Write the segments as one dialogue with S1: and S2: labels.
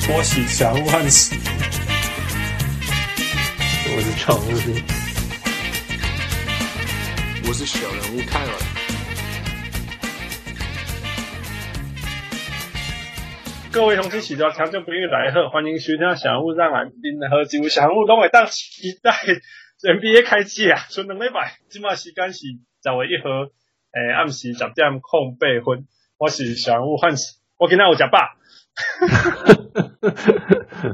S1: swashy show once.
S2: 我是常务。
S3: 我是小人物泰尔。
S4: 各位同事喜早长久不遇来贺，欢迎收听小物让俺今的喝酒，小物拢会当期待 NBA 开始啊，剩两礼拜，即马时间是十月一号，诶、暗时十点零八分，我是小物汉斯，我今仔有食饱，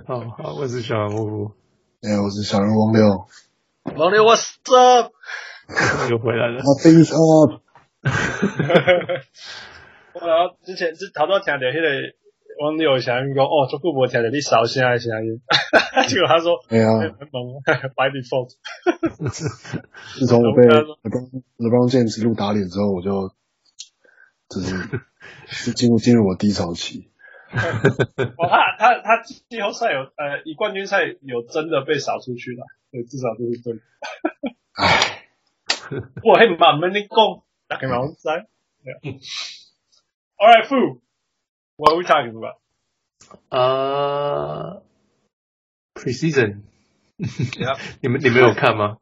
S2: 好好，我是小人物，
S5: 哎、我是小人王六。
S4: 老刘我 up？
S2: 又回来了。
S5: Nothing's up。
S4: 我然后之前之头拄听着迄个网友声音讲，哦，足久无听着你烧声的声音， 结果他说，
S5: 对啊，
S4: 哎很萌，by default，
S5: 自从我被
S4: 我们家都
S5: LeBron LeBron James 一路打脸之后，我就就是 就进入进入我低潮期。
S4: 哦，他他他季后赛有呃，以冠军赛有真的被扫出去了，对，至少这是真的。
S5: 唉，
S4: 我还满门的讲，大家冇知。All right, fool. What are we talking about?
S2: 啊、uh,，preseason，
S3: Yeah.
S2: 你们你们有看吗？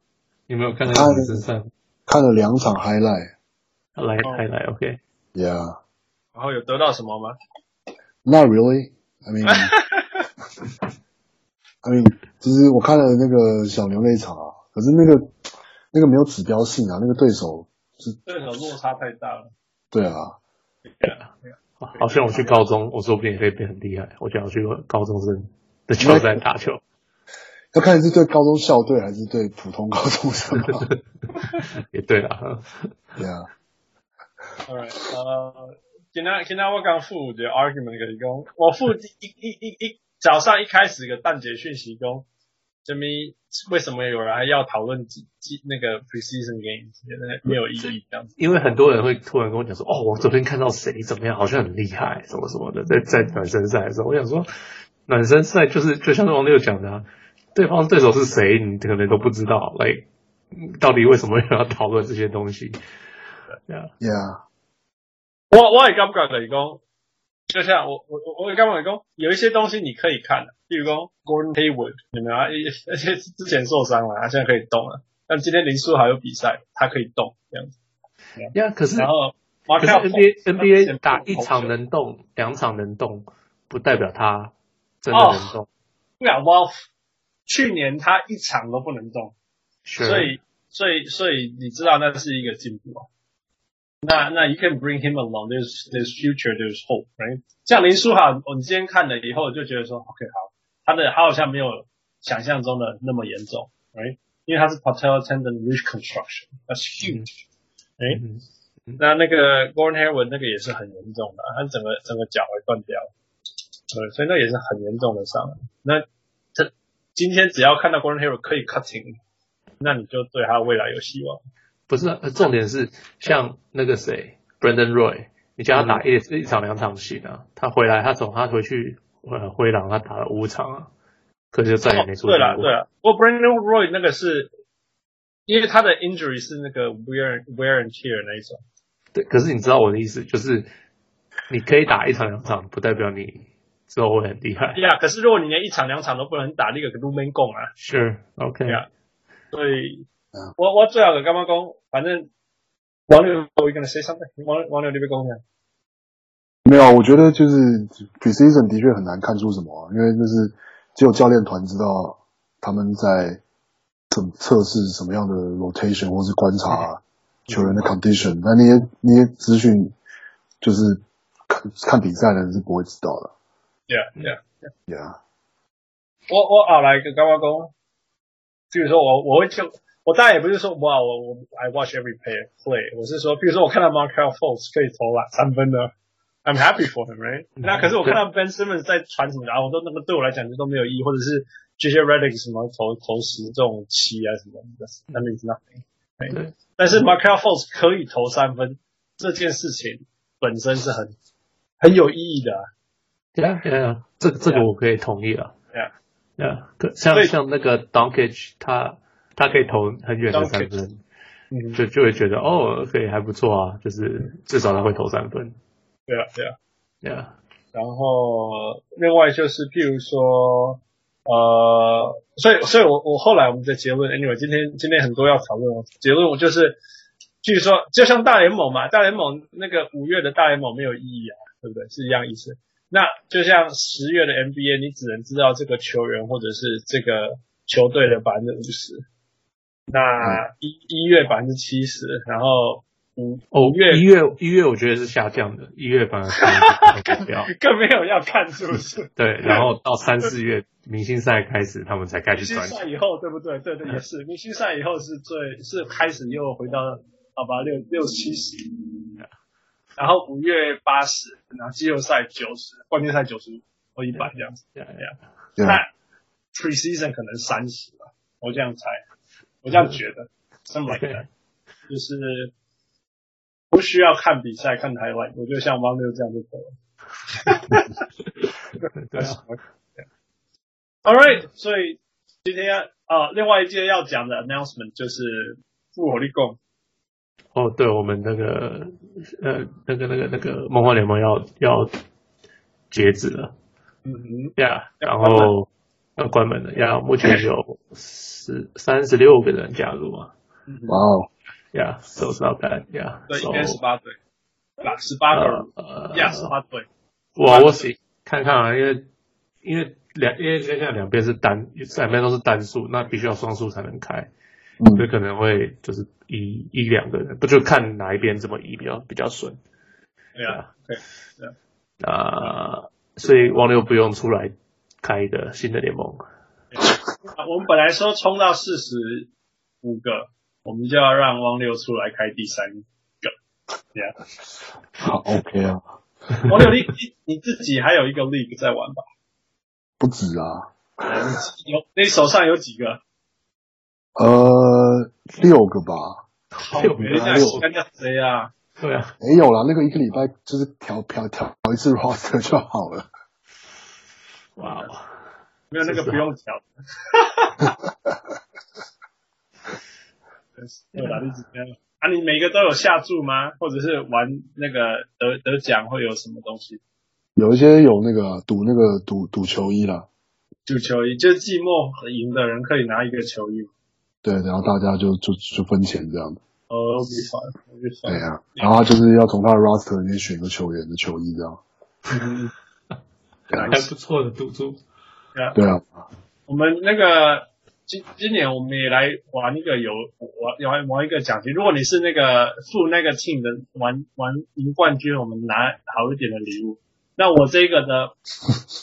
S2: 你们有看到
S5: 看
S2: 我们身上？
S5: 看了两场 highlight。
S2: 来
S4: 哦
S2: 来来，OK，
S5: Yeah,
S4: 然后有得到什么吗？
S5: not really. I mean, I mean，就是我看了那个小牛那一场啊，可是那个那个没有指标性啊，那个对手，
S4: 对手落差太大了。
S5: 对啊，
S2: 好像我去高中，我说不定也可以变很厉害。我想要去高中生的球赛打球，
S5: 要看是对高中校队还是对普通高中生啊。
S2: 也对啦。
S5: yeah，
S4: All right，呃，今天今天我刚付的 argument 跟你讲，我付一一一一早上一开始个蛋姐讯息讲，这么为什么有人还要讨论季季那个 preseason game，那个没有意义这样子。
S2: 因为很多人会突然跟我讲说，哦，我昨天看到谁怎么样，好像很厉害，什么什么的，在在暖身赛的时候，我想说，暖身赛就是就像王六讲的、啊，对方对手是谁，你可能都不知道，来、嗯到底为什么要讨论这些东西？对啊，
S5: yeah。
S4: 我我也感觉就是讲，就像我我我我也感觉就是讲，有一些东西你可以看的，比如讲 Gordon Hayward 有没有啊？一而且之前受伤了，他现在可以动了。但今天林书豪有比赛，他可以动这样子。
S2: 呀，可是
S4: 然后
S2: 可是
S4: Markel
S2: NBA
S4: Fultz，他
S2: NBA
S4: 之前
S2: 打
S4: 不
S2: 一场能动，两场能动，不代表他真的
S4: 哦
S2: 能动。
S4: 不了 Wolf，去年他一场都不能动，
S2: Sure
S4: 所以所以所以你知道那是一个进步啊。那那 you can bring him along. There's there's future, there's hope, right? 像林书豪，我们今天看了以后就觉得说，OK，好，他的他好像没有想象中的那么严重，right？因为他是 patellar tendon reconstruction, that's huge. 哎、
S2: 嗯
S4: 那那个 Gordon Hayward 那个也是很严重的，他整个整个脚会断掉，对，所以那也是很严重的伤。那这今天只要看到 Gordon Hayward 可以 cutting，那你就对他未来有希望。
S2: 不是啊，呃重点是像那个谁，Brandon Roy，你叫他
S4: 嗯
S2: 打一、一场两场行啊，他回来他从他回去呃灰狼他打了五场啊，可是就再也没出
S4: 哦对
S2: 现
S4: 了
S2: 过。
S4: 对了，不过 Brandon Roy 那个是因为他的 injury 是那个 wear wear and tear 那一种，
S2: 对可是你知道我的意思，就是你可以打一场两场，不代表你之后会很厉害。
S4: 对呀。可是如果你连一场两场都不能打，那个 l u m e n 供啊，
S2: Sure，OK，、
S4: Yeah 所以
S5: 嗯
S4: 我我最好的干妈讲，反正王六我 gonna say something，王王六那边讲讲。
S5: 没有，我觉得就是 preseason 的确很难看出什么、啊，因为就是只有教练团知道他们在怎么测试什么样的 rotation 或是观察球
S4: 嗯
S5: 员的 condition，那那些那些资讯就是看看比赛的人是不会知道的。
S4: Yeah, yeah.
S5: Yeah，
S4: 我我熬来一个干妈工，比如说我我会就我当然也不是说哇我我 I watch every play play，我是说，比如说我看到 Markel Fultz 可以投篮三分的，I'm happy for him right？、那可是我看到 Ben Simmons 在传什么，啊然后我都那个对我来讲就都没有意义，或者是 JJ Redick 什么投投十中七啊什么的，that means nothing。
S2: 对
S4: 但是 Markel Fultz 可以投三分这件事情本身是很很有意义的啊、
S2: 对啊，对啊，这这个我可以同意
S4: Yeah
S2: 了。对啊，可像
S4: 所以
S2: 像那个 Donkage，他他可以投很远的三
S4: Doncic
S2: 分，
S4: 嗯
S2: 就就会觉得哦，可以还不错啊，就是至少他会投三分。
S4: 对啊，对啊。
S2: 对啊，
S4: 然后另外就是譬如说，呃，所以所以我我后来我们的结论，anyway，今天今天很多要讨论哦，结论我就是，据说就像大联盟嘛，大联盟那个五月的大联盟没有意义啊，对不对？是一样意思。那就像十月的 NBA，你只能知道这个球员或者是这个球队的百分之五十，那一一月百分之七十，然后五
S2: 哦，
S4: 五月
S2: 一月一月我觉得是下降的，一月反 而是目标。
S4: 更没有要看是不是？
S2: 对，然后到三四月明星赛开始，他们才开
S4: 明
S2: 始
S4: 星
S2: 转
S4: 赛以后，对不对？对对，也是明星赛以后是最是开始又回到好吧六六七十，然后五月八十，然后季后赛九十，冠军赛九十或一百这样子。
S5: 对
S4: 那
S5: 啊，
S4: preseason 可能三十吧，我这样猜，我这样觉得，这么的，就是不需要看比赛看台湾，我就像汪六这样就可以了。
S2: 对啊，
S4: All right，所以今天要啊、另外一件要讲的 announcement 就是复活力共。
S2: 哦，对，我们那个呃，那个那个那个梦幻联盟要要截止了
S4: 嗯哼，
S2: 呀
S4: 要
S2: 然
S4: 关门
S2: 后要关门了呀目前有十三十六个人加入啊
S4: 嗯
S5: 哇
S4: 哼，
S5: 哦，
S2: 呀 s o it's not bad yeah，
S4: 对，
S2: so,
S4: 应该十八队，啊，十八个人，
S2: 呃
S4: 呀，十八队，
S2: 我我行，看看啊，因为因为两因为现在两边是单，两边都是单数，那必须要双数才能开，所以
S5: 嗯，
S2: 可能会就是一一两个人，不就看哪一边怎么移比较比较顺
S4: 对啊，对，
S2: 啊、所以王六不用出来开一个新的联盟，
S4: 啊我们本来说冲到四十五个，我们就要让汪六出来开第三 个。Yeah，
S5: 好 OK 啊，
S4: 汪六，你你你自己还有一个 league 在玩吧？
S5: 不止啊，
S4: 有，你手上有几个？
S5: 呃，六个吧，
S4: 好，
S2: 六个
S4: 人家
S5: 六
S4: 人家谁啊？
S2: 对啊，
S5: 没有啦，那个一个礼拜就是调调调一次 roster 就好了。
S2: 哇哦，
S4: 没有那个
S2: 是是
S4: 不用调。对吧？你怎么样？啊，你每个都有下注吗？或者是玩那个得得奖会有什么东西？
S5: 有一些有那个赌那个赌赌球衣啦，
S4: 赌球衣，就是季末赢的人可以拿一个球衣。
S5: 对，然后大家就就就分钱这样，
S4: 哦，我比烦，我比
S5: 对
S4: 烦。
S5: 啊，然后他就是要从他的 roster 里面选一个球员的球衣这样，
S4: 嗯
S5: 啊
S2: 还
S4: 啊
S2: 不错的赌注，
S5: 对啊，
S4: 我们那个今今年我们也来玩一个有玩玩玩一个奖金。如果你是那个付那个 team 的玩玩赢冠军，我们拿好一点的礼物。那我这个 的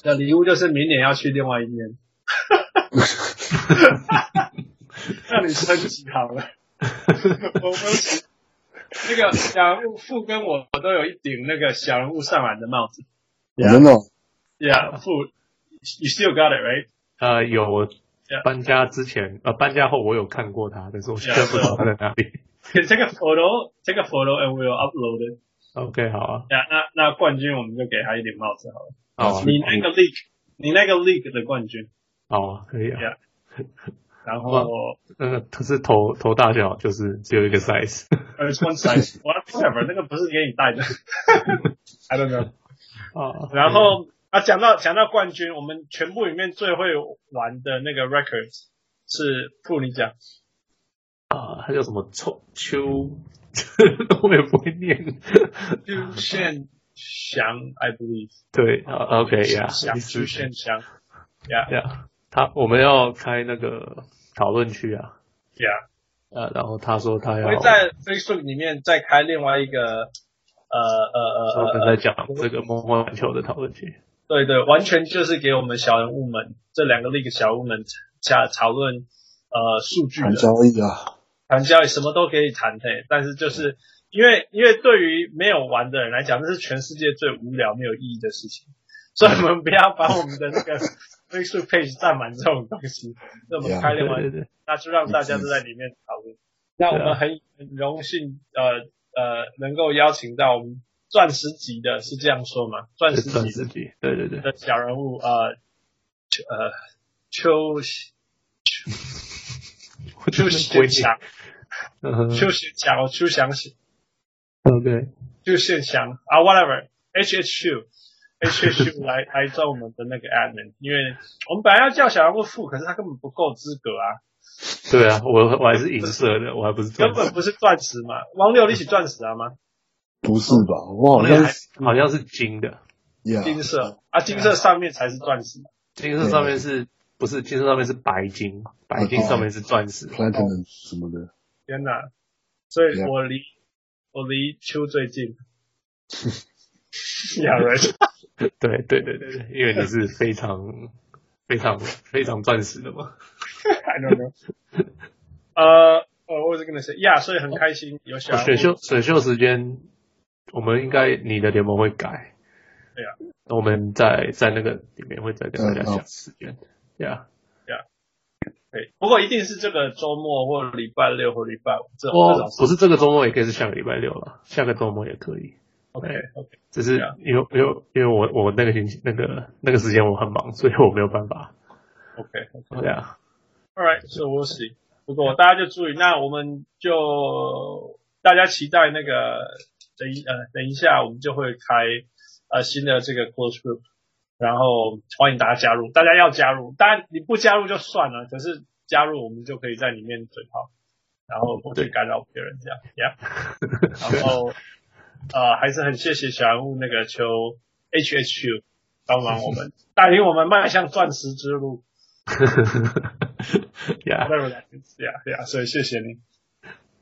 S4: 的礼物就是明年要去另外一边，让你升级好了。我们那个小人物富跟我都有一顶那个小人物上篮的帽子。Yeah
S5: 真的
S4: Yeah，富，you still got it right？
S2: 呃，有我
S4: Yeah
S2: 搬家之前呃搬家后我有看过他，但是我现在
S4: Yeah
S2: 不知道他在哪里。
S4: Can take a photo, take a photo, and we'll upload it.
S2: OK，好啊，
S4: 那那那冠军我们就给他一顶帽子好了。
S2: 好啊，
S4: 你那个 league，你那个 league 的冠军，
S2: 好啊，可以啊。
S4: Yeah 然
S2: 哇
S4: 后
S2: 那个可是头头大小就是只有一个 size，
S4: 呃 one size whatever，那个不是给你戴的。I don't know。
S2: 啊，
S4: 然后啊，讲到讲到冠军，我们全部里面最会玩的那个 record 是库你讲哎
S2: 啊，它叫什么臭秋， 我也不会念。
S4: 朱炫翔，I believe。
S2: 对
S4: 哦
S2: 啊，OK 呀，
S4: 翔朱炫翔。Yeah,
S2: 呀，他我们要开那个讨论区啊，
S4: yeah.
S2: 啊，然后他说他要
S4: 我会在 Facebook 里面再开另外一个。呃呃
S2: 我
S4: 呃
S2: 们
S4: 呃
S2: 在
S4: 呃，
S2: 讲这个梦幻篮球的讨论区，
S4: 对对，完全就是给我们小人物们这两个 league 小人物们加讨论呃数据
S5: 谈
S4: 的
S5: 交易啊，
S4: 谈交易，什么都可以谈嘿。但是就是因为因为对于没有玩的人来讲，这是全世界最无聊没有意义的事情，所以我们不要把我们的那个 Facebook page 占满这种东西，那我们
S5: Yeah，
S4: 开
S2: 对
S4: 另外一
S2: 对
S4: 个
S2: 对，
S4: 那就让大家都在里面讨论。那我
S2: 对
S4: 们
S2: 啊
S4: 很很荣幸，呃呃，能够邀请到我们钻石级的，是这样说吗？钻
S2: 是
S4: 石
S2: 算
S4: 级
S2: 自
S4: 的
S2: 己，对对对，
S4: 的小人物，呃秋呃，邱
S2: 我
S4: 邱
S2: 不会
S4: 炫
S2: 念
S4: 翔，
S2: 嗯哼
S4: 邱炫翔，哦邱翔，
S2: ，OK，
S4: 邱炫翔啊，whatever，H H Q。 HSU 来来做我们的那个 admin，因为我们本来要叫小人物付，可是他根本不够资格啊，
S2: 对啊，我我还是银色的，我还不是钻
S4: 根
S2: 石
S4: 本不是钻石嘛。王六一起钻石啊吗？
S5: 不是吧？我
S2: 我
S5: 好
S2: 那个还
S5: 像
S2: 好像是金的，
S5: 呀，
S4: 金色啊，金色上面才是钻石嘛。
S2: 金色上面是
S4: 啊
S2: 不是金色上面是白金，白
S4: 哦
S2: 金上面是钻石，
S5: platinum 什么的，
S4: 天哪！所以
S5: Yeah.
S4: 我离我离秋最 近。Yeah, right.
S2: 对对对对对，因为你是非常非常非常钻石的嘛，
S4: I don't know. 呃，我我是跟你说，Yeah，所以很开心有小人物
S2: 哦选秀选秀时间，我们应该你的联盟会改，
S4: 对啊，
S2: 我们在在那个里面会再跟大家
S5: 嗯好
S2: 讲时间，
S4: 哦
S2: 对啊，
S4: 对，不过一定是这个周末或礼拜六或礼拜五这种这
S2: 哦
S4: 种，
S2: 不是这个周末，也可以是下个礼拜六了，下个周末也可以。
S4: OK OK
S2: 只是
S4: 对啊
S2: 因为因为因为我我那个星期那个那个时间我很忙，所以我没有办法。
S4: OK。
S2: 对啊，
S4: All right, so we'll see. 不过大家就注意，那我们就大家期待那个等一呃等一下我们就会开呃新的这个 close group，然后欢迎大家加入，大家要加入，当然你不加入就算了，可是加入我们就可以在里面嘴炮，然后不去干扰别人这样，Yeah，然后呃还是很谢谢小人物那个求 HHU 帮忙我们带领我们迈向钻石之路。嗯
S2: 呀
S4: Whatever that is. Yeah, yeah. 啊所以谢谢你。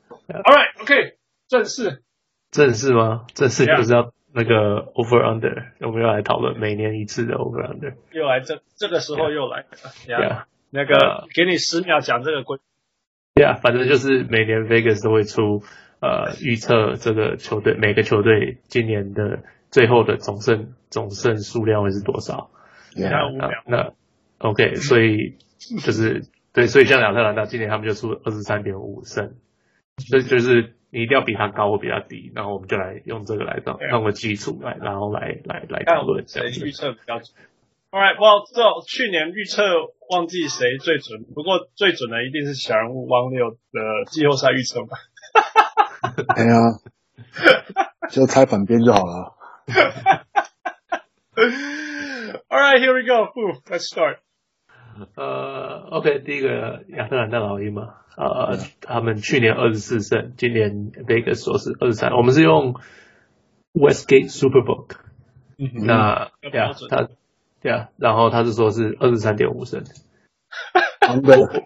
S4: All right, OK，正式。
S2: 正式吗？正式
S4: Yeah
S2: 就是要那个 over under，我们要来讨论每年一次的 over under。
S4: 又来这这个时候又来了。Yeah，
S2: 呀
S4: 啊那个给你十秒讲这个规。
S2: 呀，反正就是每年 Vegas 都会出呃预测这个球队每个球队今年的最后的总胜总胜数量会是多少。
S4: 还有
S5: 呀
S4: 五秒
S2: 那 OK，所以就是对，所以像亚特兰大今年他们就出二十三点五胜，所以就是你一定要比他高或比他低，然后我们就来用这个来当
S4: 对
S2: 当个基础来，然后来来来
S4: 看
S2: 讨
S4: 我
S2: 论
S4: 们
S2: 这
S4: 谁
S2: 样子
S4: 预。测比较准。All right, well，这去年预测忘记谁最准，不过最准的一定是小人物汪六的季后赛预测吧。
S5: 哎呀，就猜反边就好了。
S4: All right, here we go. Boo, let's start.
S2: 呃，OK，第一个亚特兰大老鹰嘛，呃，他们去年二十四胜，今年 Vegas 说是二十三，我们是用 Westgate Superbook，、那
S4: 有
S2: 对
S4: 嗯
S2: 啊
S4: 标准
S2: 他对啊，然后他是说是二十三点五胜，
S5: Under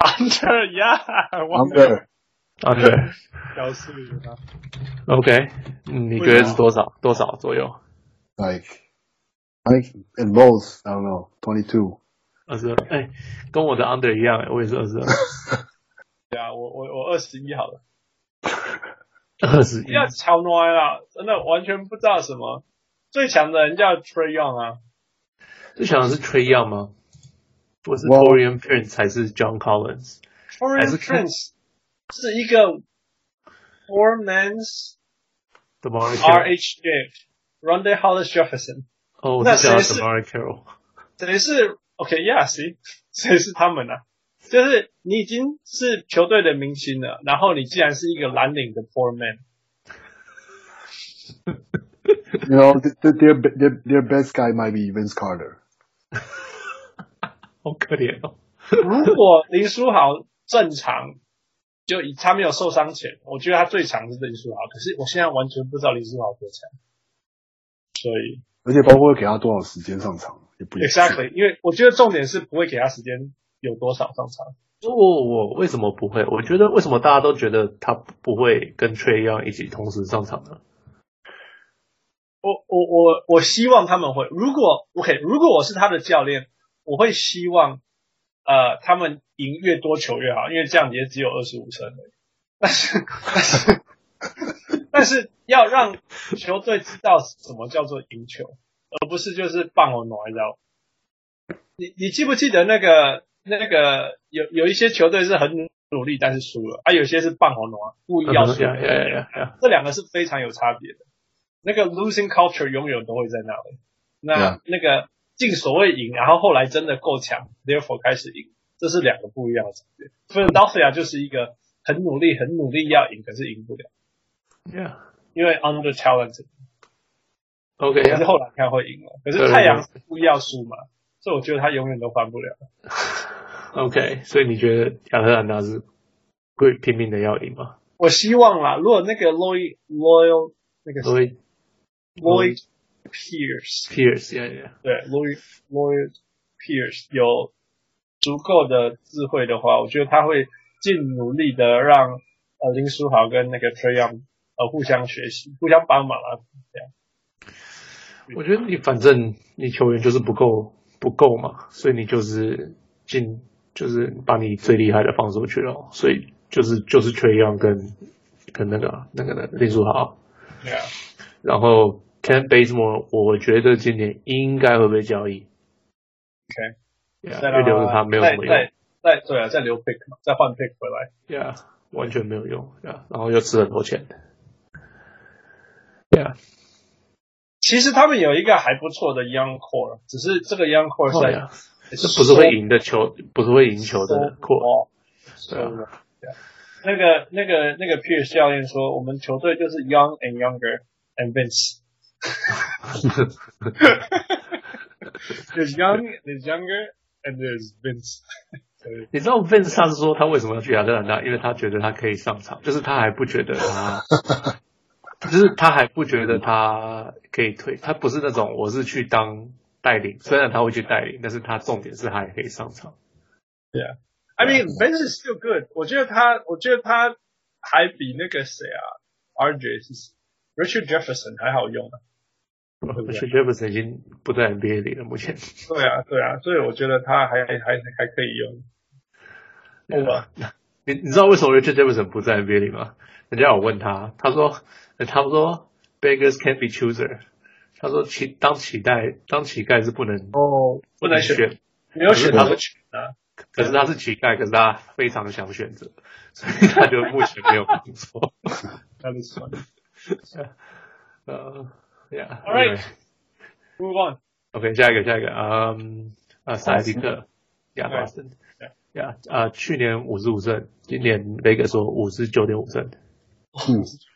S4: Under, yeah，汪六
S5: Under
S2: 啊对。
S4: 屌丝女啊
S2: OK，嗯，你觉得是多少多少左右？
S5: like I think at most I don't know twenty two
S2: 二十二，哎，跟我的 under 一样，哎我也是二十二，
S4: 对啊，我我我二十一好了。
S2: 二十一
S4: 要超挪啦，真的完全不知道什么。最强的人叫 Trey Young 啊，
S2: 最强的是 Trey Young 吗？不是
S5: 哇
S2: Dorian Prince 还是 John Collins？还
S4: Torian
S2: 是
S4: Prince 是一个 Four Man's
S2: 怎么
S4: R H J Ronde Hollis Jefferson，
S2: 哦，我
S4: 那
S2: 是想
S4: 谁是
S2: 什么 r Carroll？
S4: 谁是 OK Yeah 谁 谁是他们啊？就是你已经是球队的明星了，然后你竟然是一个蓝领的 Four Man，
S5: you know th- th- their be- their their best guy might be Vince Carter
S2: 好可怜哦。
S4: 如果林书豪正常，就以他没有受伤前，我觉得他最强是林书豪。可是我现在完全不知道林书豪多强，所以
S5: 而且包括会给他多少时间上场也不一定
S4: exactly，因为我觉得重点是不会给他时间有多少上场。
S2: 我我为什么不会？我觉得为什么大家都觉得他不会跟 Trey Young 一起同时上场呢？
S4: 我我我我希望他们会，如果 OK，如果我是他的教练，我会希望呃他们赢越多球越好，因为这样也只有二十五胜而已。但是 但是但是要让球队知道什么叫做赢球，而不是就是棒我挪一刀。你你记不记得那个那个有有一些球队是很努力但是输了，啊有些是棒我挪故意要输。
S2: 呀呀呀呀！
S4: 这两个是非常有差别的。那个 losing culture 永远都会在那里。那
S5: Yeah.
S4: 那个尽所谓赢，然后后来真的够强，therefore 开始赢，这是两个不一样的差别。Philadelphia 就是一个很努力、很努力要赢，可是赢不了，
S2: 呀
S4: 因为 under talented。
S2: OK 啊
S4: 可是后来看会赢了。可是太阳是故意要输嘛，所以我觉得他永远都翻不了。
S2: OK，所以你觉得亚特兰大是会拼命的要赢吗？
S4: 我希望啦，如果那个 Loy Loyal 那个
S2: 所以
S4: Loy Pierce
S2: Pierce 呀呀，
S4: 对 Loy Loy Pierce 有足够的智慧的话，我觉得他会尽努力的让呃林书豪跟那个 Trey Young 呃互相学习，互相帮忙啊啦。
S2: 我觉得你反正你球员就是不够不够嘛，所以你就是进就是把你最厉害的放出去了，所以就是就是缺一样跟跟那个那个的林书豪，
S4: 对啊，
S2: 然后 Ken Bazemore 我觉得今年应该会被交易。
S4: OK
S2: Yeah，
S4: 再
S2: 因为
S4: 让
S2: 啊留着他没有什么用。
S4: 再再再对啊，再留 pick 嘛，再换 pick 回来。
S2: Yeah，完全没有用。Yeah，然后又吃很多钱。Yeah，
S4: 其实他们有一个还不错的 Young Core，只是这个 Young Core
S2: 对
S4: 在
S2: 啊，这不是会赢的球，不是会赢球的扩。
S4: 哦，
S2: 对啊
S4: 收了对啊那个那个那个 Pierce 教练说，我们球队就是 Young and Younger and Vince。There's young, there's younger, and there's Vince.
S2: 你知道 Vince 他是说他为什么要去亚特兰大？因为他觉得他可以上场，就是他还不觉得 他，就是他还不觉得他可以退，他不是那种我是去当带领，虽然他会去带领，但是他重点是他也可以上场。
S4: I mean, Vince is still good. 我觉得他，我觉得他还比那个谁啊，RJ 是 Richard Jefferson 还好用啊。
S2: 而且 Jefferson 已经不在 NBA 里了，目前。
S4: 对啊，对啊，所以我觉得他还还还可以用。对吧？
S2: 你你知道为什么 Richard Jefferson 不在 NBA 里吗？人家有问他，他说，呃他说 beggars can't be chooser，他说乞当乞丐当乞丐是不能
S4: 哦，不能选，
S2: 选，
S4: 没有选择权啊。
S2: 可是他是乞丐，可是他非常想选择， 所以他就目前没有工作。
S4: That is fun.
S2: 呃，Yeah，OK，、
S4: All right. Move on.
S2: OK，下一个下一个，嗯，啊，塞迪克，亚巴森
S4: Yeah.，
S2: 呀，啊，去年五十五胜，今年雷格说五十九点五胜，
S5: 嗯，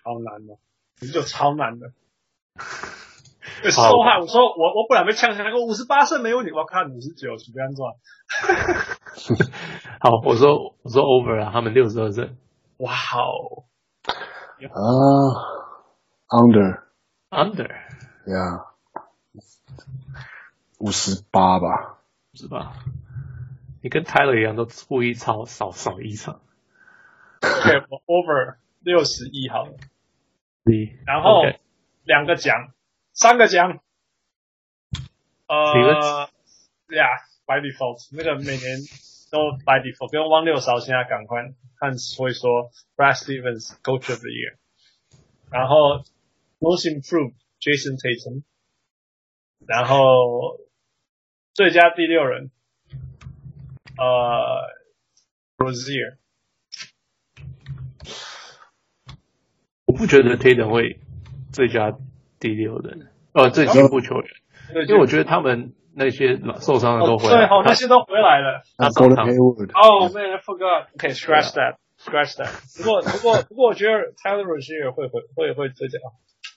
S4: 超难的，你就超难 的。对，
S2: 好
S4: 受害。我说我我本来被呛呛，他说五十八胜没问题，我看五十九，随便转。
S2: 好，我说我说 over 啊了，他们六十二胜。
S4: 哇哦，
S5: 啊，under
S2: Under
S5: 呀，五十八吧，
S2: 是吧？你跟 Tyler 一样，都故意超少少一场。
S4: 对我 over 六十一好了，
S2: 你
S4: 然后
S2: OK
S4: 两个奖，三个奖，
S2: 几个
S4: 呃，对呀，by default 那个每年都 by default，不用汪六勺，现在赶快看会说 Brad Stevens Coach of the Year，然后 Most Improved Jason Tatum，然后最佳第六人，呃 Rozier，
S2: 我不觉得 Tatum 会最佳第六人，呃，最进步球员，
S4: 对
S2: 因为我觉得他们那些受伤的都
S4: 哦
S2: 回来
S4: 对，
S2: 了。
S4: 好，那些都回来了。
S5: 那
S2: 那
S5: Golden
S2: 上场
S5: Hayward，
S4: Oh man, I forgot. Okay, scratch that. Scratch that. 不过不过不过，我觉得 Tyler Rozier 会会会会最佳。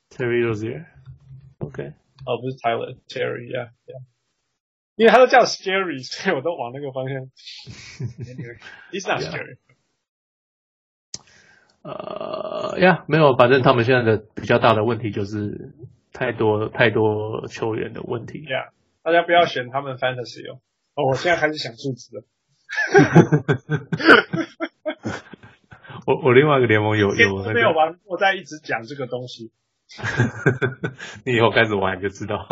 S2: Terry Rozier，OK，、OK，
S4: 哦，不是 Tyler Jerry yeah yeah，因为他都叫 Scary，所以我都往那个方 向。Anyway, He's not
S2: Yeah.
S4: scary.
S2: 呃呀，没有，反正他们现在的比较大的问题就是太多太多球员的问题。
S4: Yeah，大家不要选他们 fantasy 哦。哦，我现在开始想数值了。
S2: 我我另外一个联盟有有
S4: 我
S2: 那
S4: 没有
S2: 个，
S4: 玩，我在一直讲这个东西，
S2: 你以后开始玩就知道。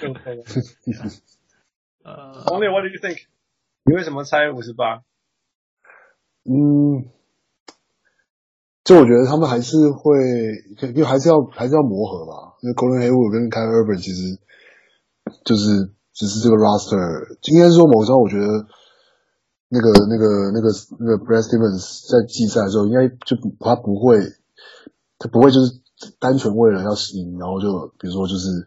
S4: 对不对？
S2: 呃，
S4: 王磊，What do you think？你为什么猜五十八？
S5: 嗯，就我觉得他们还是会，因为还是要还是要磨合吧。因为 Golden Hayward 跟 Kyrie Irving 其实就是只是这个 roster，应该是说某时候我觉得那个那个那个那个 Brad Stevens 在季赛的时候，应该就不他不会，他不会就是单纯为了要赢，然后就比如说就是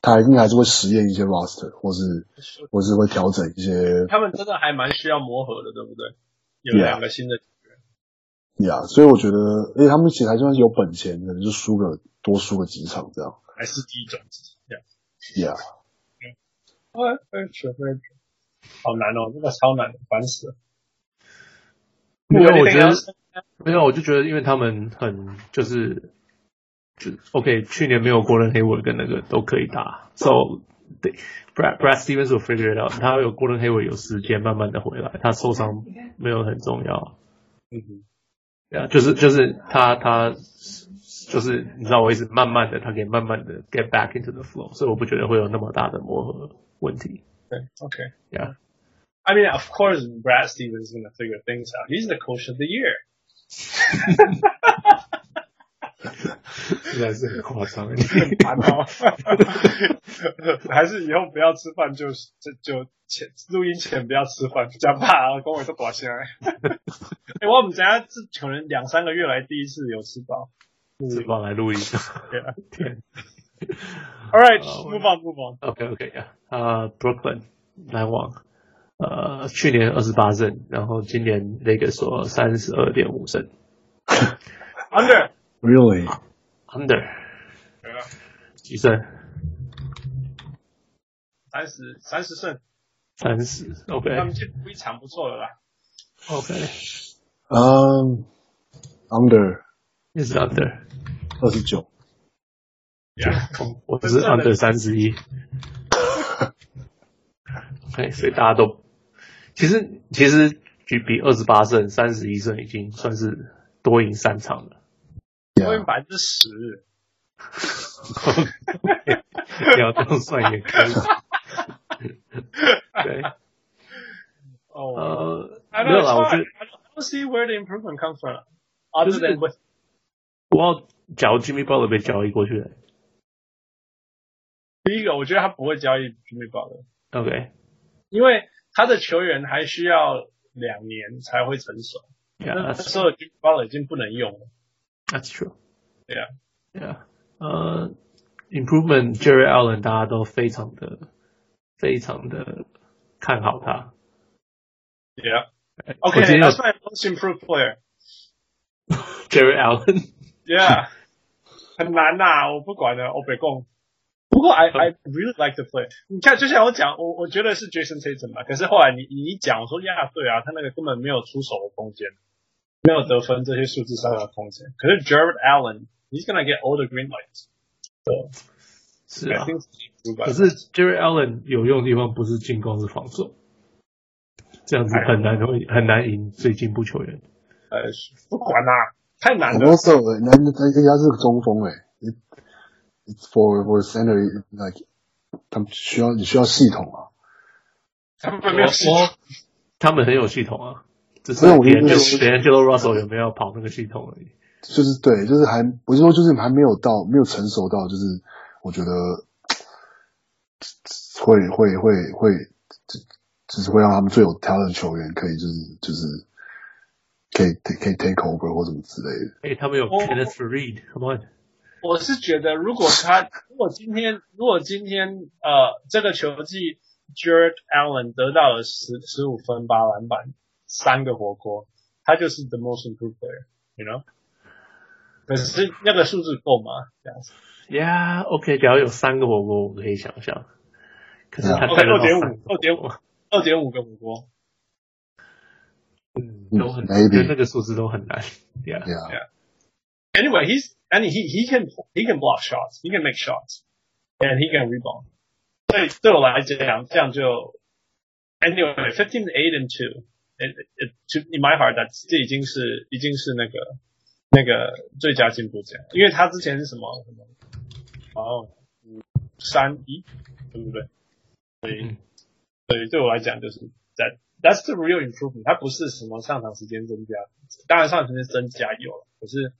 S5: 他应该还是会实验一些 roster，或是或是会调整一些
S4: 他们真的还蛮需要磨合的，对不对？有
S5: Yeah.
S4: 两个新的球员。
S5: 呀所以我觉得，而且他们其实还算是有本钱，可能就输个多输个几场这样。
S4: 还是第一种子。这样
S5: Yeah，
S4: 哎，哎，学会好难哦，这个超难的，烦死了。
S2: 没有，我觉得
S4: 得
S2: 没有，我就觉得因为他们很就是就 OK，去年没有 Gordon Hayward 跟那个都可以打，so 对 Brad Brad Stevens will figure it out，他有 Gordon Hayward 有时间慢慢的回来，他受伤没有很重要，
S4: 嗯
S2: 对啊，就是就是他他就是你知道我意思，慢慢的他可以慢慢的 get back into the flow，所以我不觉得会有那么大的磨合问题
S4: 对，OK。
S2: ，Yeah，
S4: I mean, of course, Brad Stevens is going to figure things out. He's the coach of the year.
S2: 实在 是很夸张。
S4: 烦哦， 还是以后不要吃饭就就就前录音前不要吃饭，比较怕跟我都躲 起来。哎、我们家这可能两三个月来第一次有吃饱。
S2: 脂肪来录音。
S4: 啊
S2: 天
S4: All right,
S2: 好
S4: move on, move on.
S2: OK OK 啊、Brooklyn 篮网，呃，去年二十八胜，然后今年那个说三十二点五胜
S4: Under，
S5: Really？
S2: ，Under 几胜？
S4: 三十三十胜，
S2: 三十，OK
S4: 他们进步一场不错了啦。
S2: OK，
S5: 嗯、u n d e r
S2: 也是 Under，
S5: 二十九，
S4: Yeah，
S2: 我只是 Under 三十一。OK，所以大家都其实其实比比二十八胜三十一胜已经算是多赢三场了。
S4: 多赢
S5: Yeah，
S4: 百分之十，
S2: 你要这样算也可以。 对，
S4: 哦，
S2: 呃，
S4: I
S2: 没
S4: don't
S2: 有啦，我觉
S4: know,
S2: 得
S4: I don't see where the improvement comes from.
S2: 就
S4: Other
S2: 是
S4: than with
S2: 我要假如 Jimmy Butler 被交易过去了
S4: 第一个，我觉得他不会交易 Jimmy Butler。
S2: ，OK，
S4: 因为他的球员还需要两年才会成熟，那
S2: ，Yeah，that's
S4: 时候 j i m 已经不能用了。
S2: that's true，
S4: 对啊
S2: ，Yeah，呃，Improvement Jerry Allen 大家都非常的非常的看好他。
S4: Yeah,
S2: 我
S4: OK,
S2: 今天有
S4: that's my most improved player.
S2: Jerry Allen，
S4: Yeah，很难呐、我不管了，我北贡。不过 I I really like the play。你看，就像我讲，我我觉得是 Jason Tatum 嘛，可是后来你你一讲，我说呀，对啊，他那个根本没有出手的空间，没有得分这些数字上的空间。可是 Jared Allen，he's gonna get all the green lights。
S2: 是
S4: I，
S2: 啊
S4: think he's
S2: 可是 Jerry Allen 有用的地方不是进攻是防守，这样子很
S4: 哎
S2: 难会很难赢最进步球员。
S4: 呃，不管啦、太难
S5: 很
S4: 了
S5: 多。时候人家人家是中锋哎、欸、，It's for for center like 他们需要你需要系统啊，
S4: 他们没有系统
S2: 我他们很有系统啊，只是
S5: 没有我
S2: d
S5: 觉
S2: a
S5: 得
S2: n g e l
S5: 是
S2: d a n g e l Russell 有没有跑那个系统而已。
S5: 就是对，就是还我是说就是还没有到没有成熟到，就是我觉得会会会会只只是会让他们最有 talent 的球员可以就是就是可以可以 take over 或什么之类的。
S2: 哎、他们有
S4: 我
S2: Kenneth Reed，Come on，
S4: 我是觉得，如果他，如果今天，如果今天，呃，这个球季 Jared Allen 得到了十十五分、八篮板、三个火锅，他就是 the most improved player，you know。可是那个数字够吗？这样子
S2: Yeah，OK，、只要有三个火锅，我可以想象。可是他
S4: ，OK，
S2: 带得
S4: 二
S2: 到
S4: 点
S2: 三
S4: 五，
S2: 个，
S4: 二点五，二点五个火锅。
S2: 嗯，都很，
S5: Maybe
S2: 我觉得那个数字都很难。Yeah，
S5: Yeah,
S4: Yeah. Anyway, he's and he he can he can block shots, he can make shots, and he can rebound. 对对我来讲，这样就 anyway fifteen eight and two. It, it, to in my heart, that 这已经是已经是那个那个最佳进步奖，因为他之前是什么什么，哦，五三一，对不对？所以
S2: 嗯，
S4: 所以对我来讲就是 that that's the real improvement，它不是什么上场时间增加，当然上场时间增加有了，可是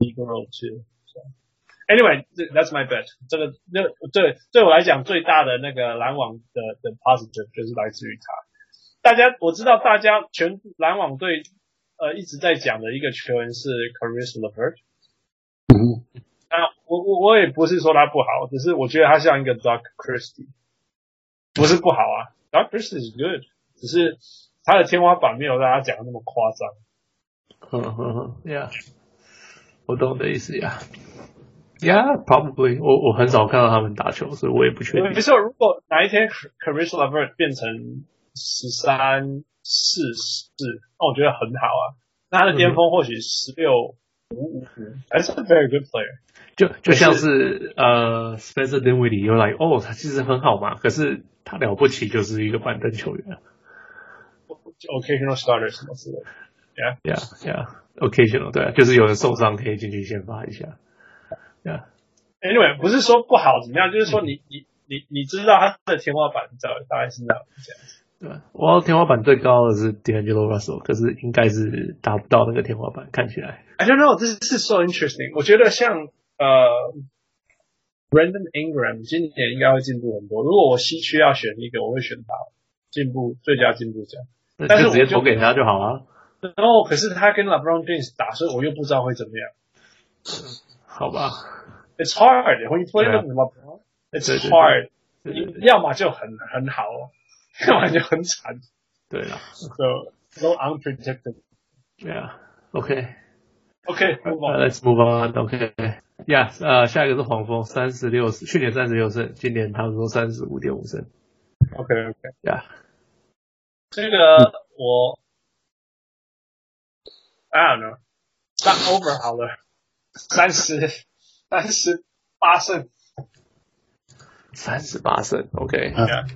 S4: equal to。Anyway, th- that's my bet. 这个那对对我来讲最大的那个篮网的的 positive 就是来自于他。大家我知道大家全篮网队呃一直在讲的一个球员是 Caris LeVert。
S5: 嗯哼，
S4: 那我我我也不是说他不好，只是我觉得他像一个 Doc Christie，不是不好啊，Doc Christie is good，只是他的天花板没有大家讲的那么夸张。
S2: 嗯嗯嗯嗯，Yeah，我懂你的意思呀。 Yeah, probably 我。我很少看到他们打球，所以我也不确
S4: 没
S2: 定。
S4: 错，如果哪一天 Caris Levert 变成十三四四，那我觉得很好啊。那他的巅峰或许十六五五，That's a very good player。
S2: 就就像是呃，Spencer Dinwiddie 又来哦，他其实很好嘛，可是他了不起就是一个板凳球员。
S4: occasional starter 什么之类的。
S2: Yeah, yeah, occasional 对啊、就是有人受伤可以进去先发一下。Yeah,
S4: Anyway，不是说不好怎么样，就是说你你你你知道他的天花板大大概是那样这样。
S2: 对啊，我天花板最高的是 D'Angelo Russell，可是应该是达不到那个天花板，看起来。
S4: I don't know，这是 so interesting。我觉得像呃，Brandon Ingram 今年应该会进步很多。如果我西区要选一个，我会选他进步最佳进步奖。
S2: 那
S4: 但是
S2: 就直接
S4: 我就
S2: 投给他就好啊了、
S4: 然后可是他跟 LeBron James 打，所以我又不知道会怎么样。
S2: 好吧？
S4: It's hard when you play
S2: 对啊
S4: with LeBron. It's
S2: 对对对
S4: hard，
S2: 对
S4: 你
S2: 对对
S4: 要么就很很好，啊 要么就很惨。
S2: 对了
S4: So so unpredictable.
S2: ，Yeah, OK.
S4: OK，move
S2: Uh,
S4: on.
S2: let's move on. OK. Yeah，呃，下一个是黄蜂，三十六，去年三十六胜，今年他们说三十五点五胜。
S4: OK OK，
S2: Yeah，
S4: 这个我 I don't know，上 over 好了，三十三十八胜
S2: 三十八胜。OK，
S5: 啊
S4: ，Yeah，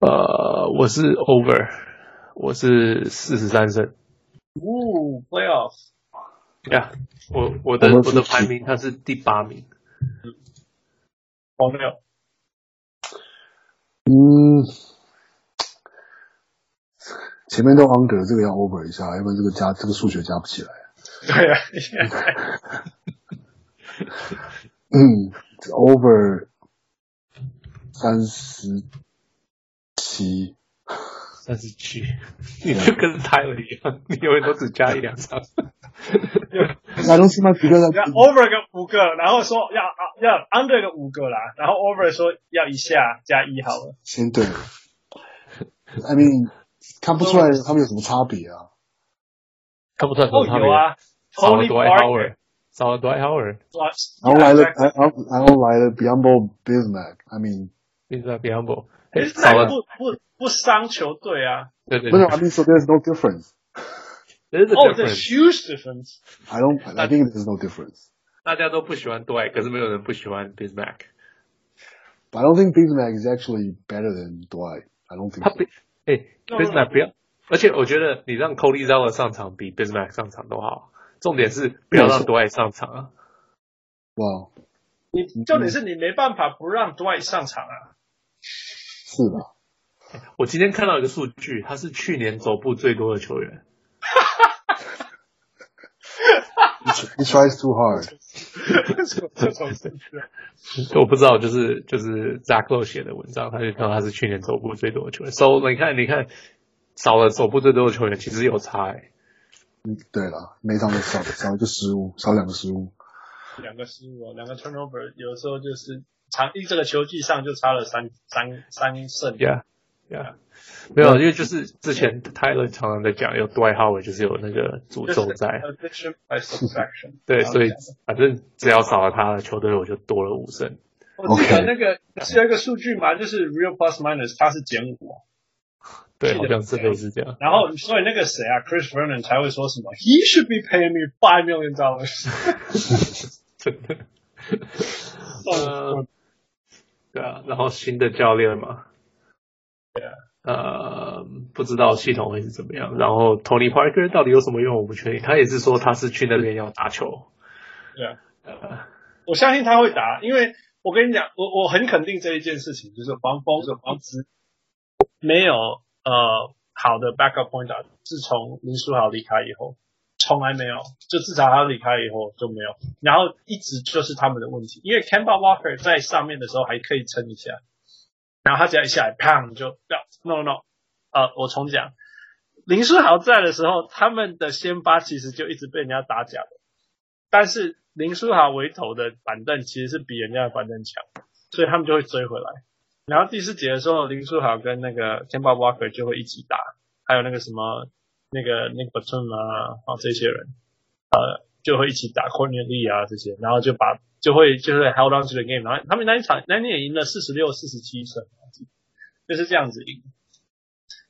S2: 呃，我是 over，我是四十三胜。
S4: 呜 playoff，
S2: Yeah，我我的
S5: 我
S2: 我
S5: 们是
S2: 的排名他是第八名。
S4: 黄六，
S5: 嗯，前面都 under，这个要 over 一下，要不然这个加这个数学加不起来。
S4: 对啊，yeah，
S5: 嗯这，over 三十七，
S2: 三十七， 你就跟泰勒一样，你永远都只加一两场。
S5: 来东西吗？几个人
S4: 要
S2: 嗯
S4: over 个五个，然后说要啊要 under 个五个啦，然后 over 说要一下加一好了，
S5: 先对，I mean，看不出来他们有什么差别啊。
S2: 看不出来什
S4: 哦
S2: 么差别
S4: 有，啊
S2: 少了
S4: ，Tony
S2: Dwight
S4: Parker，啊
S2: Howard，少了 Dwight Howard，
S5: 然后来了，哎
S4: Jackson
S5: 然后然后来了 Biombo Bismack，I mean，
S2: 另外 b i a m b o
S4: 可是
S2: 哎少了，
S4: 不不不伤球队啊。
S2: 对对
S5: 不是
S2: 对
S5: ，I mean，so there's no difference。
S2: ，There's a
S4: 哦、t h e r e s
S2: difference。
S4: huge difference。
S5: I don't, I think there's no difference。
S2: 大家都不喜欢 Dwight，可是没有人不喜欢 Bismack。
S5: But I don't think Bismack is actually better than Dwight。I don't think
S2: 他
S5: so。
S2: 比哎
S4: 那
S2: Bismack 不要，而且我觉得你让 Cody z a l 上场比 Bismack 上场都好，重点是不要让 Dwight 上场啊。
S5: 哇，
S2: 嗯
S4: 你重点是你没办法不让 Dwight 上场啊。
S5: 是的，
S2: 我今天看到一个数据，他是去年走步最多的球员。
S5: he tries too hard。
S4: 这种事情啊
S2: 我不知道，就是就是 Zach Lowe 写的文章，他就看到他是去年走步最多的球员。So 你看你看少了走步最多的球员，其实有差、欸。
S5: 嗯，对了，每场都少少一个失误，少两个失误。
S4: 两个失误哦，两个 turnover，有时候就是长一这个球季上就差了三三三胜。
S2: Yeah yeah，没有，因为就是之前 Tyler 常常在讲，有 Dwight Howard 就是有那个诅咒在。
S4: addition by subtraction 啊
S2: 对，所以
S4: 然后这样
S2: 反正只要少了他的球队，我就多了五胜。
S4: 我记得
S5: OK
S4: 那个是有一个数据嘛，就是 real plus minus 它是减五啊，是
S2: 对，
S4: 的
S2: 好像是类似这样。
S4: 然后所以那个谁啊，Chris Vernon 才会说什么 He should be paying me five million dollars。
S2: 真 的。呃对啊，然后新的教练嘛，对啊，呃，不知道系统会是怎么样。然后 Tony Parker 到底有什么用，我不确定。他也是说他是去那边要打球。
S4: 对啊
S2: 呃，
S4: 我相信他会打，因为我跟你讲，我我很肯定这一件事情，就是黄蜂这个房子没有呃好的 backup point guard，自从林书豪离开以后，从来没有，就至少他离开以后就没有，然后一直就是他们的问题，因为 Kemba Walker 在上面的时候还可以撑一下，然后他只要一下来，砰就要 no no，呃，我重讲，林书豪在的时候，他们的先发其实就一直被人家打假的。但是林书豪为头的板凳其实是比人家的板凳强，所以他们就会追回来。然后第四节的时候，林书豪跟那个 Kemba Walker 就会一起打，还有那个什么那个 Nick b a t u n 啊，啊这些人，呃，就会一起打 corner 力啊这些，然后就把就会就会 held on to the game，然后他们那一场那一年赢了四十六、四十七胜，啊就是这样子赢。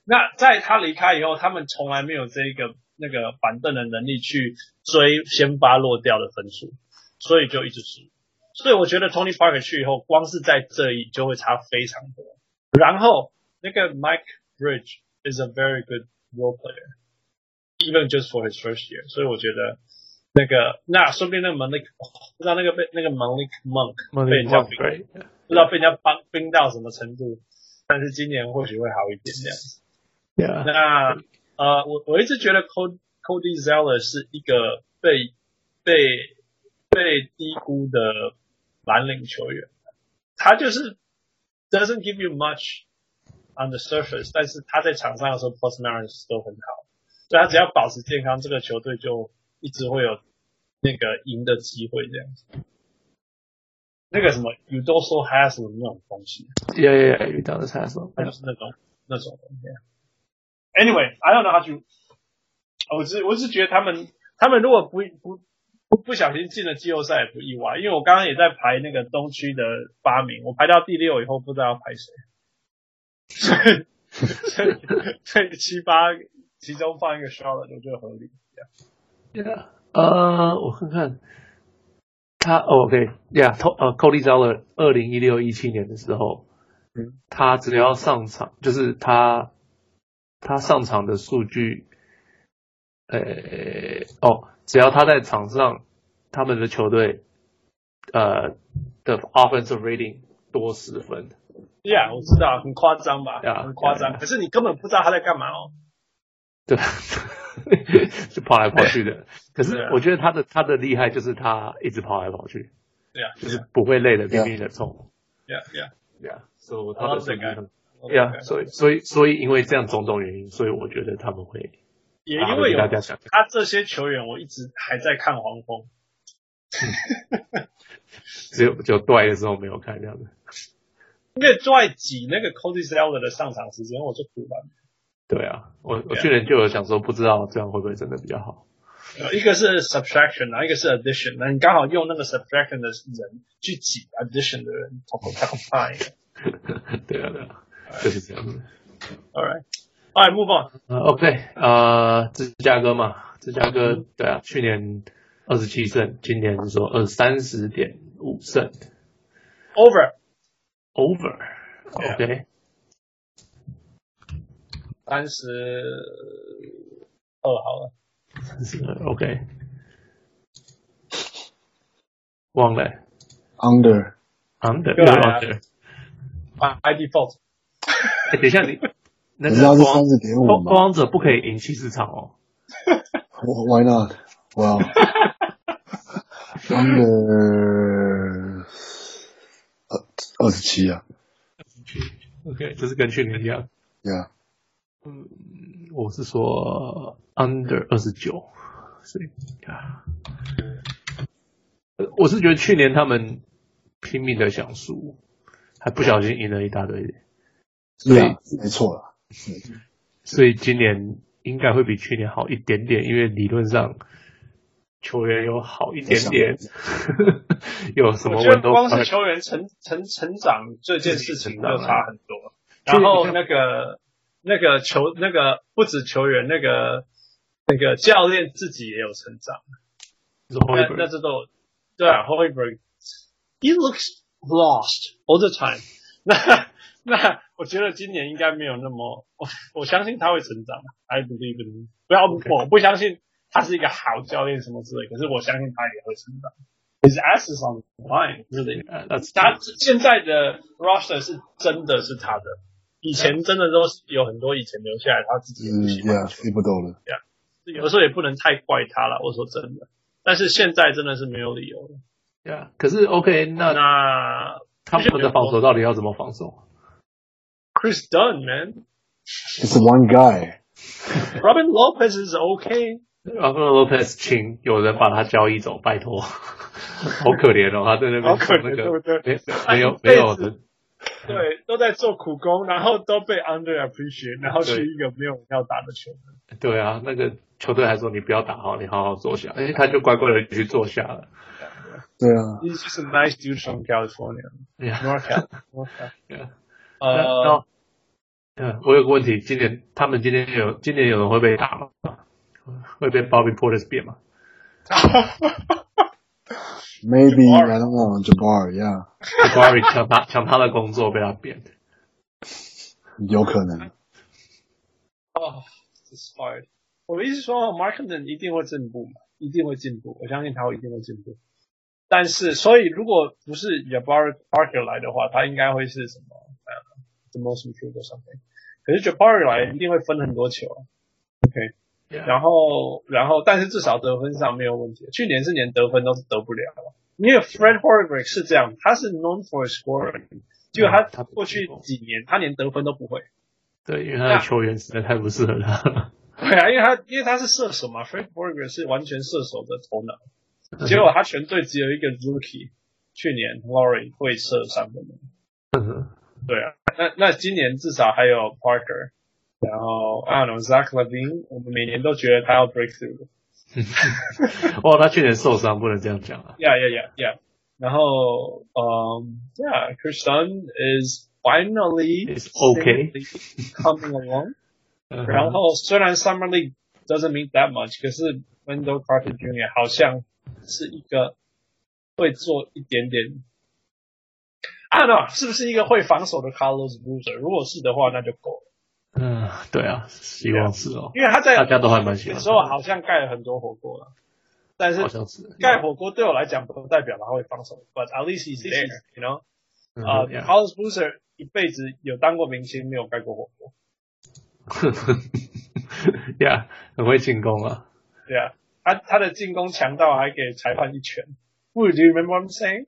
S4: 那在他离开以后，他们从来没有这一个那个板凳的能力去追先发落掉的分数，所以就一直输。所以我觉得 Tony Parker 去以后，光是在这一就会差非常多。然后那个 Mike Bridge is a very good role player, even just for his first year。所以我觉得那个那说不定那个 Malik 不知道那个被那个 Malik Monk 被人家冰
S2: Great，
S4: 不知道被人家帮冰到什么程度，但是今年或许会好一点这样子。
S2: yeah，
S4: 那呃，我我一直觉得 Cody Cody Zeller 是一个被被被低估的蓝领球员，他就是 doesn't give you much on the surface，但是他在场上的时候 plus minus 都很好，所以他只要保持健康，这个球队就一直会有那个赢的机会这样子。那个什么 u d o s o Haslam 那种东西，
S2: yeah yeah yeah，遇到的杀手
S4: 他就是那种那种人这样。Anyway, I don't know how to. 我只我只觉得他们他们如果不不不不小心进了季后赛也不意外，因为我刚刚也在排那个东区的八名，我排到第六以后不知道要排谁，所以所以所以七八其中放一个 Charlotte 我觉得合理。
S2: ，yeah，呃，我看看。他哦，OK，yeah，To- 呃，Cody Zeller 二零一六一七年的时候，
S4: 嗯，
S2: 他只要上场，就是他他上场的数据，呃，哦，只要他在场上，他们的球队呃的 offensive rating 多十分，
S4: Yeah，我知道很夸张吧
S2: Yeah,
S4: 很夸张
S2: yeah, yeah.
S4: 可是你根本不知道他在干嘛哦。
S2: 对， 就跑来跑去的。可
S4: 对啊
S2: 是我觉得他的他的厉害就是他一直跑来跑去，
S4: 对啊呀，
S2: 就是不会累的，拼
S5: Yeah.
S2: 命的冲。
S4: Yeah Yeah，
S2: 对啊，所以
S4: 然
S2: 他
S4: 后
S2: 的身
S4: 整个
S2: 体很。对啊，所以所以所以因为这样种种原因，所以我觉得他们会
S4: 也
S2: 打
S4: 因
S2: 得
S4: 为
S2: 比
S4: 有
S2: 大家想象，
S4: 他这些球员，我一直还在看黄蜂。
S2: 只有只有对的时候没有看这样子。
S4: 因为在挤那个 Cody Zeller 的上场时间，我就苦了。
S2: 对啊，我我
S4: Yeah.
S2: 去年就有想说，不知道这样会不会真的比较好。
S4: 呃一个是 subtraction，然后一个是 addition，那你刚好用那个 subtraction 的人去挤 addition 的人，我我太 fine。
S2: 对啊，对啊，就是这样子。
S4: All right, all right, move on。
S2: 呃，OK，呃，芝加哥嘛，芝加哥，
S4: 嗯
S2: 对啊，去年二十七胜，今年是说二三十点五胜
S4: Over，
S2: ，over，OK，、
S4: 三十二好了。
S2: 三十二，OK，忘了
S5: Under
S2: ，under，
S4: 又来了
S2: under，
S4: By default，
S2: 哎，等一下你，那
S5: 你知道
S2: 个
S5: 是
S2: 国王
S5: 三十点五
S2: 国国
S5: 吗
S2: 王者不可以赢七十场哦，
S5: ？Why not？哇、wow.，Under 二二十七啊
S2: OK，这是跟去年一样。
S5: ，Yeah，
S2: 我是说 under 二十九，所以啊，呃我是觉得去年他们拼命的想输，还不小心赢了一大堆，
S5: 对啊，没错啦。
S2: 所以今年应该会比去年好一点点，因为理论上球员有好一点点， 有什
S4: 我
S2: 么呃
S4: 觉
S2: 问
S4: 得
S2: 都
S4: 光
S2: 不
S4: 是
S2: 会
S4: 球员成成成长这件事情就差很 多。
S2: 自己成
S4: 然
S2: 长啊
S4: 后那个那个球那个不止球员，那个那个教练自己也有成长。
S2: 是
S4: 那那
S2: Hoiberg
S4: 这都对啊，Hoiberg he looks lost all the time 那。那我觉得今年应该没有那么，我我相信他会成长。I believe in him。不要
S2: OK
S4: 我不相信他是一个好教练什么之类，可是我相信他也会成长。His ass is on the line, really.
S2: 呃，that's-
S4: 他现在的 roster 是真的是他的，以前真的都是有很多以前留下来他自己也不
S5: 嗯
S4: 喜欢的球员。
S5: ，Yeah，不到了。
S4: 有的时候也不能太怪他了。我说真的，但是现在真的是没有理由了。
S2: yeah，可是 OK，那
S4: 嗯那
S2: 他们的防守到底要怎么防守？
S4: Chris Dunn man,
S5: It's one guy。
S4: Robin Lopez is okay.
S2: Rafael Lopez 请有人把他交易走，拜托，好可怜哦，他在那边
S4: 好可怜
S2: 做那
S4: 对不
S2: 个
S4: 对啊
S2: 没
S4: 他
S2: 没
S4: 一
S2: 有没
S4: 辈
S2: 有
S4: 子
S2: 人，
S4: 对，都在做苦工，然后都被 under appreciate，然后去
S2: 对
S4: 一个没有人要打的球队。
S2: 对啊，那个球队还说你不要打哦好，你好好坐下，哎，他就乖乖的去坐下了。
S5: 对啊，
S4: He's just a nice dude from California,
S2: 对哎呀，
S4: North Cal, North Cal.
S2: 对啊 然
S4: 呃
S2: 后，嗯，我有个问题，今年他们今年有今年有人会被打吗？会被 Bobby Portis 变 吗？
S5: Maybe
S4: Jabbar.
S5: I don't know Jabbar, yeah，
S2: b a r r y 抢他抢他的工作被他变，
S5: 有可能。
S4: 哦，This is hard。我的意思是说，Markman 一定会进步嘛，一定会进步，我相信他会一定会进步。但是，所以如果不是 Jabari Parker 来的话，他应该会是什么？呃，the most improved or something。可是 Jabari 来一定会分很多球啊。然后，然后，但是至少得分上没有问题。去年是连得分都是得不了的，因为 Fred Horvath 是这样，他是 known for scoring，就他
S2: 嗯他不
S4: 过去
S2: 进攻
S4: 几年他连得分都不会。
S2: 对，因为他的球员实在太不适 合他。
S4: 对啊，因为他因为他是射手嘛，Fred Horvath 是完全射手的头脑，结果他全队只有一个 rookie，去年 Laurie 会射三分的。对啊，那那今年至少还有 Parker，然后 I don't know Zach Levine，我们每年都觉得他要 break through。
S2: 哇，哦他去年受伤，不能这样讲啊。
S4: Yeah, yeah, yeah, yeah. 然后，嗯、y e a h k r i s t a n is finally
S2: It's okay.
S4: safely coming along.
S2: 嗯
S4: 然后，虽然 Summer League doesn't mean that much，可是 Wendell Carter Jr. 好像是一个会做一点点，I don't know，是不是一个会防守的 Carlos Boozer？如果是的话，那就够了，
S2: 嗯，对啊，希望是哦，
S4: 因为他在
S2: 大家都还蛮喜
S4: 有
S2: 欢
S4: 时候
S2: 他
S4: 好像盖了很多火锅了，但
S2: 的，
S4: 是
S2: 好像是
S4: 盖火锅对我来讲不代表他会防守，but at least he's there，you know。啊、
S2: 嗯
S4: h o u s e Boozer 一辈子有当过明星，没有盖过火锅。
S2: 呀，很会进攻啊。
S4: 对啊，他他的进攻强到还给裁判一拳。Would you remember what I'm saying？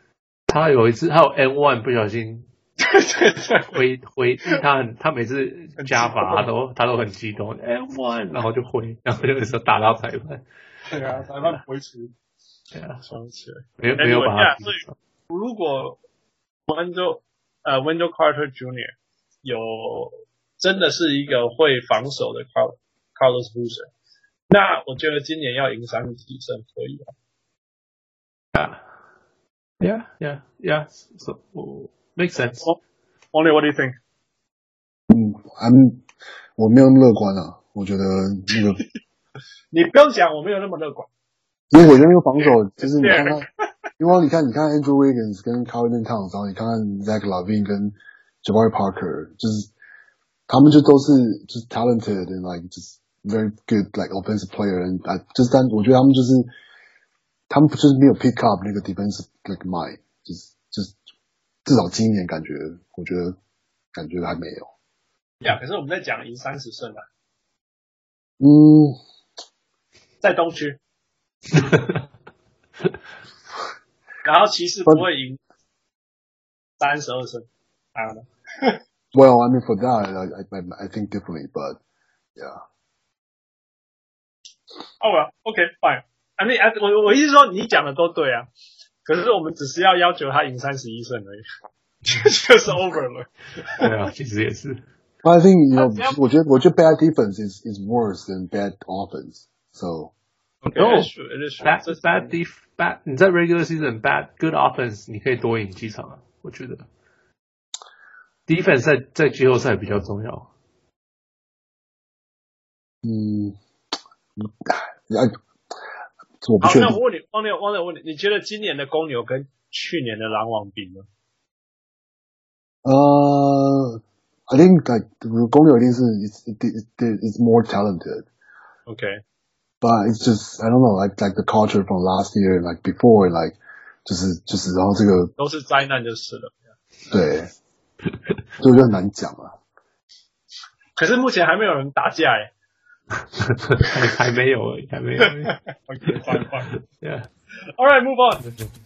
S2: 他有一次，他有 N one 不小心
S4: 对对对，
S2: 挥挥，因为他很他每次
S4: 很激
S2: 加罚
S4: 动
S2: 他都他都很激动，N one，然后就挥，然后就是打到裁判，
S4: 对啊，裁判不会出
S2: 对啊，
S4: 双起来。
S2: 没有没有
S4: Anyway，
S2: 把他
S4: yeah，所以如果 Wendell 呃 Wendell Carter Jr. 有真的是一个会防守的 Carl Carlos Boozer，那我觉得今年要赢三几胜可以啊。
S2: ，yeah yeah yeah，so make sense。
S4: Only what do you think？
S5: 嗯，I'm 我没有那么乐观啊，我觉得那个，
S4: 你不用讲，我没有那么乐观。
S5: 因为我觉得那个防守就是你看看，因为你看你看 Andrew Wiggins 跟 Carlton Towns，然后你看看 Zach Lavine 跟 Jabari Parker，就是他们就都是就是 talented and like just very good like offensive player and I, 就是但我觉得他们就是他们就是没有 pick up 那个 defensive like mind，就是就是至少今年感觉我觉得感觉还没有。
S4: 呀，可是我们在讲赢三十胜啊，
S5: 嗯，
S4: 在东区，Oh. 然后骑士不会赢三十二胜，当然了。
S5: Well, I mean, for that, I, I, I think differently, but yeah.
S4: 哦，我 OK fine。I mean，I- 啊我我意思说你讲的都对啊，可是我们只是要要求他赢三十一胜而已， 就是 over 了。
S2: 对啊，其实也是
S5: But I think, you know,
S4: Yeah.
S5: 我觉得我觉得 bad defense is, is worse than bad offense. So,
S4: OK，
S2: No，
S4: it is true, it is true，
S2: bad
S4: 这是
S2: bad def bad，你在 regular season bad good offense 你可以多赢几场啊，我觉得 defense 在在季后赛比较重要。
S5: 嗯，Oh,
S4: 好，那我问你，汪六，汪六问你，你觉得今年的公牛跟去年的狼王比呢？
S5: 我不确定。呃、uh, I think like 公牛一定是 it's it, it, it's more talented,
S4: OK，
S5: but it's just I don't know like like the culture from last year like before like 就是就是然后这个
S4: 都是灾难就是了。
S5: 对，就就很难讲啊。
S4: 可是目前还没有人打架哎、
S2: 还还没有而已，还没有而 已。
S4: OK，fine，fine。
S2: Yeah.
S4: All right，move on。